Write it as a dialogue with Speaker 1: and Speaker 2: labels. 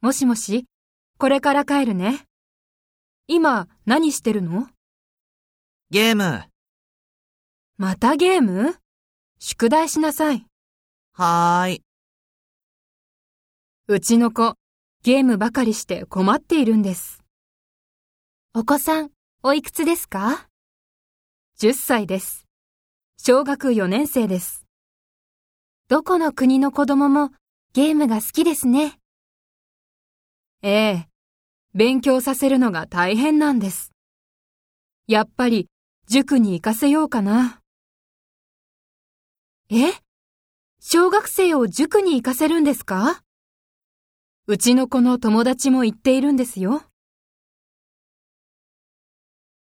Speaker 1: もしもし、これから帰るね。今、何してるの
Speaker 2: ゲーム。
Speaker 1: またゲーム宿題しなさい。
Speaker 2: はーい。
Speaker 1: うちの子、ゲームばかりして困っているんです。お子さん、おいくつですか ?10 歳です。小学4年生です。どこの国の子供もゲームが好きですね。ええ、勉強させるのが大変なんです。やっぱり塾に行かせようかな。え小学生を塾に行かせるんですかうちの子の友達も言っているんですよ。